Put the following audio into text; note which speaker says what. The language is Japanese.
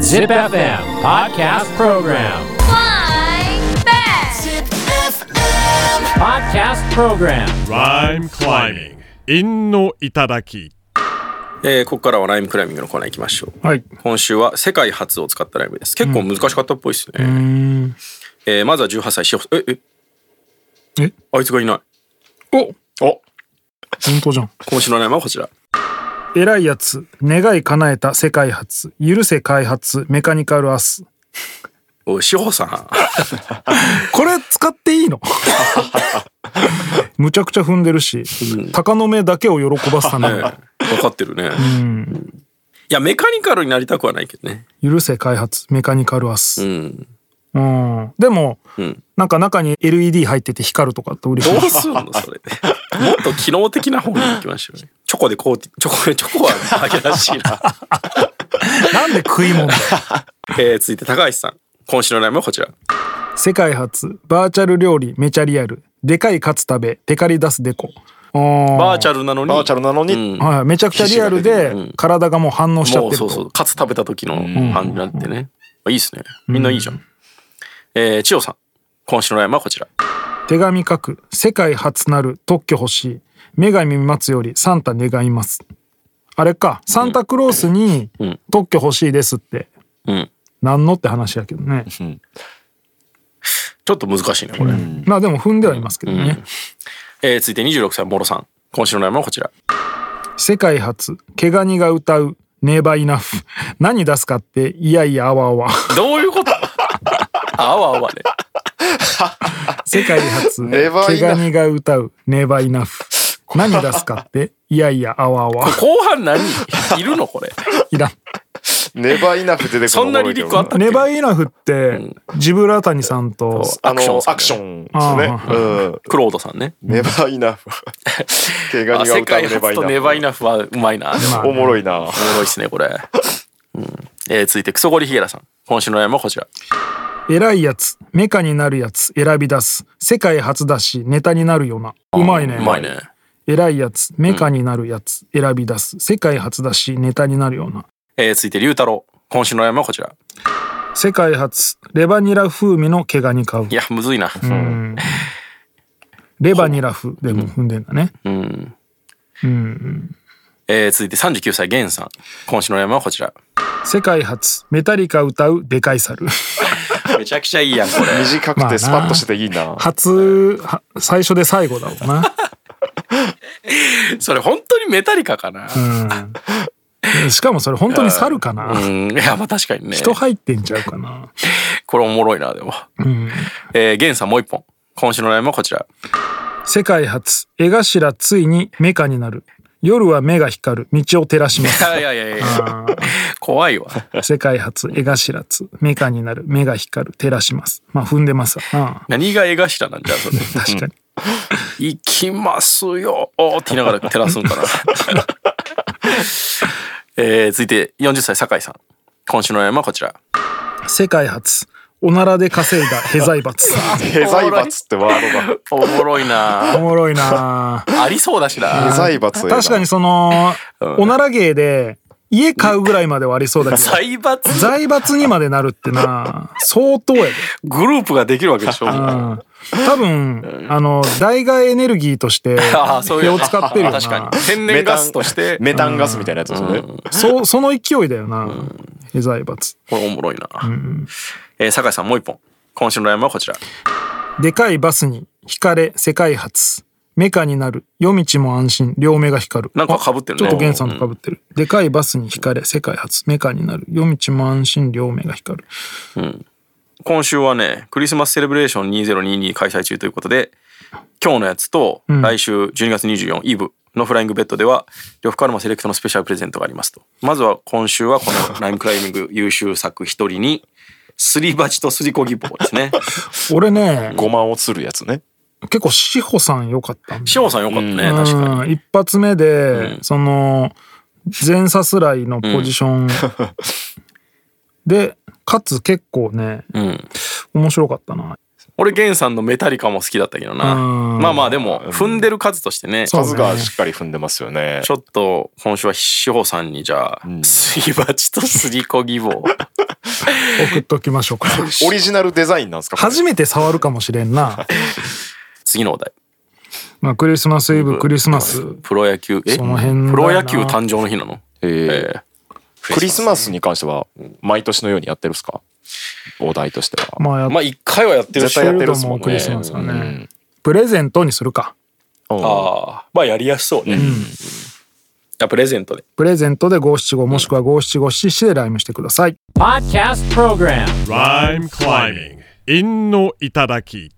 Speaker 1: Zip FM Podcast Program.
Speaker 2: Flying back.
Speaker 1: Podcast Program.
Speaker 3: Rhyme climbing. 陰の頂き。
Speaker 4: えーここからはライムクライミングのコーナー行きましょう。
Speaker 5: はい
Speaker 4: 今週は世界初を使ったライムです。結構難しかったっぽいですね。えーまずは18歳しほええ
Speaker 5: え
Speaker 4: あいつがいない。
Speaker 5: お
Speaker 4: お
Speaker 5: 本当じゃん
Speaker 4: 今週のライムはこちら。
Speaker 5: 偉いやつ願い叶えた世界初許せ開発メカニカルアス
Speaker 4: おいしほさん。
Speaker 5: これ使っていいの むちゃくちゃ踏んでるし鷹の目だけを喜ば すため
Speaker 4: ね分かってるね。いやメカニカルになりたくはないけどね。
Speaker 5: 許せ開発メカニカルア
Speaker 4: う
Speaker 5: ス、
Speaker 4: ん。
Speaker 5: うんでも、
Speaker 4: ん
Speaker 5: なんか中に LED 入ってて光るとかって嬉し
Speaker 4: ど
Speaker 5: いう
Speaker 4: すん のそれ。もっと機能的な方に行きましょうね。チョコでコーティチョコチョコはだけらしいな。
Speaker 5: なんで食 い物だよ
Speaker 4: えー続いて高橋さん。今週のライムはこちら。
Speaker 5: 世界初バーチャル料理めちゃリアルでかいカツ食べテカリ出すデコ
Speaker 4: バー
Speaker 5: バ
Speaker 4: チャルなのに。
Speaker 6: バーチャルなのに、
Speaker 4: うん
Speaker 5: はい、めちゃくちゃリアルで体がもう反応しちゃっ
Speaker 4: もう
Speaker 5: てると
Speaker 4: そうそうカツ食べた時の感じになってね、いいっすねみんないいじゃん、えー、千代さん今週のライマはこちら
Speaker 5: 手紙書く世界初なる特許欲しい女神待つよりサンタ願いますあれかサンタクロースに
Speaker 4: うん
Speaker 5: 特許欲しいですって
Speaker 4: うん
Speaker 5: なんのって話やけどね
Speaker 4: ちょっと難しいねこれ、
Speaker 5: まあでも踏んではいますけどね
Speaker 4: えー、続いて26歳もろさん今週のライマはこちら
Speaker 5: 世界初毛ガニが歌うネバイナフ 何出すかっていやいやあわあわ
Speaker 4: どういう ことあわあわね
Speaker 5: 世界初毛
Speaker 6: ネバイナフ
Speaker 5: ガニが歌うネバイナフ何出すかっていやいやあわあわ
Speaker 4: 後半何いるのこれ
Speaker 5: いらん
Speaker 6: ネバイナフ出てくる
Speaker 4: そんな離陸あったっけ
Speaker 5: ネバイナフってジブラタニさんと
Speaker 6: あの
Speaker 4: ア
Speaker 6: ア
Speaker 4: ク
Speaker 6: ク
Speaker 4: シ
Speaker 6: シ
Speaker 4: ョ
Speaker 6: ョ
Speaker 4: ン
Speaker 6: ンですね。うん、
Speaker 4: クロードさんね
Speaker 6: ネバイナフ。毛ガ
Speaker 4: あ
Speaker 6: ニが
Speaker 4: 世
Speaker 6: 歌う
Speaker 4: 界
Speaker 6: ネバ
Speaker 4: 初
Speaker 6: イ
Speaker 4: と
Speaker 6: ナフ。
Speaker 4: ネバイナフはうまいなでも
Speaker 5: まあ
Speaker 6: おもろいな。
Speaker 4: おもろいっすねこれ、うんえー、続いてクソゴリヒゲラさん今週のライマはこちら
Speaker 5: 偉いやつ、メカになるやつ、選び出す。世界初だし、ネタになるよな。うまいね。
Speaker 4: うまいね
Speaker 5: 偉いやつ、メカになるやつ、選び出す。世界初だし、ネタになるような。
Speaker 4: えー、続いて龍太郎今週のライマはこちら
Speaker 5: 世界初、レバニラ風味の毛ガニ買う
Speaker 4: い。や、むずいな。
Speaker 5: レバニラ風でも踏んでんだね。
Speaker 4: うん。えー、続いて39歳、ゲンさん。今週の山はこちら。
Speaker 5: 世界初、メタリカ歌うでかい猿。
Speaker 4: めちゃくちゃいいやん、これ。
Speaker 6: 短くてスパッとしてていいな。
Speaker 5: 初、は最初で最後だろうな。
Speaker 4: それ、本当にメタリカかな。
Speaker 5: うんしかもそれ本当に猿かな。
Speaker 4: うん。いや、まあ確かにね。
Speaker 5: 人入ってんちゃうかな。
Speaker 4: これおもろいな、でも。えー、ゲンさんもう一本。今週の山はこちら。
Speaker 5: 世界初江頭ついにメカになる夜は目が光る道を照らしま
Speaker 4: い
Speaker 5: す
Speaker 4: やいやいやいや 怖いわ。
Speaker 5: 世界初江頭つメカになる目が光る照らしますまあ踏んでますわな
Speaker 4: 何が絵頭なんじゃ、それ。
Speaker 5: 確かに、
Speaker 4: 行きますよって言いながら照らすんか な。えー、続いて40歳、酒井さん。今週の山はこちら。
Speaker 5: 世界初おならで稼いだへざい 罰
Speaker 6: ヘザイバツってワード
Speaker 4: おもろいな
Speaker 5: おもろいな
Speaker 4: ありそうだし
Speaker 6: だ。
Speaker 4: な
Speaker 6: ヘザイバツ。
Speaker 5: 確かに。そのおなら芸で家買うぐらいまではありそうだけど
Speaker 4: 財閥
Speaker 5: 財閥にまでなるってな相当やで
Speaker 4: グループができるわけでしょ。あ
Speaker 5: 多分あの代替エネルギーとして
Speaker 4: あ、そういう。
Speaker 5: 手を使ってるよな
Speaker 4: 確かに。天然
Speaker 6: メ
Speaker 4: ガ
Speaker 6: タ
Speaker 4: ス
Speaker 6: ン
Speaker 4: として、
Speaker 6: メタンガスみたいなやつですよね。
Speaker 5: そう、その勢いだよな。え財閥。
Speaker 4: これおもろいな。えー、酒井さんもう一本。今週の山はこちら。
Speaker 5: でかいバスに惹かれ世界初。メカになる。夜道も安心。両目が光る。
Speaker 4: なんか被ってるね
Speaker 5: あちょっとゲンさんと被ってる。でかいバスに惹かれ世界初。メカになる。夜道も安心。両目が光る。
Speaker 4: 今週はね、クリスマスセレブレーション2022開催中ということで、今日のやつと、来週12月24イブのフライングベッドでは、呂布カルマセレクトのスペシャルプレゼントがありますと。まずは今週はこのライムクライミング優秀作一人に、すり鉢とすりこぎ棒です ね。
Speaker 5: 俺ね、
Speaker 6: 五万を釣るやつね。
Speaker 5: 結構志保さん良かったんだ
Speaker 4: 志保さんよかったね、確かに。
Speaker 5: うん、一発目で、その、前さすらいのポジション、 で、かつ結構ね、
Speaker 4: うん。
Speaker 5: 面白かったな。
Speaker 4: 俺ゲンさんのメタリカも好きだったけどな
Speaker 5: うん
Speaker 4: まあまあでも踏んでる数としてね
Speaker 5: そう
Speaker 6: 数がしっかり踏んでますよね
Speaker 4: ちょっと今週は志保さんにじゃあ、すり鉢とすりこぎ棒
Speaker 5: 送っときましょうか
Speaker 6: オリジナルデザインなんですかこれ
Speaker 5: 初めて触るかもしれんな、
Speaker 4: 次のお題
Speaker 5: まあ、クリスマスイブクリスマス
Speaker 4: プロ野球えプ
Speaker 5: その辺だな
Speaker 4: ロ野球誕生の日なの
Speaker 6: えー
Speaker 4: えー
Speaker 6: クリスマスに関しては毎年のようにやってるっすかお題としては
Speaker 5: まあやっ
Speaker 4: まあ一回はやってる
Speaker 6: 絶
Speaker 4: し
Speaker 6: 対やってて
Speaker 5: る
Speaker 6: る
Speaker 5: と
Speaker 6: っす
Speaker 5: 思
Speaker 6: も
Speaker 5: うん
Speaker 6: ね
Speaker 5: クリスマスはねプレゼントにするか
Speaker 6: あ
Speaker 4: ああまあやりやすそうね、じゃあプレゼントで
Speaker 5: プレゼントで五七五もしくは五七五七七でライムしてください
Speaker 1: Podcast Program
Speaker 3: Rhyme climbing. 韻の頂き。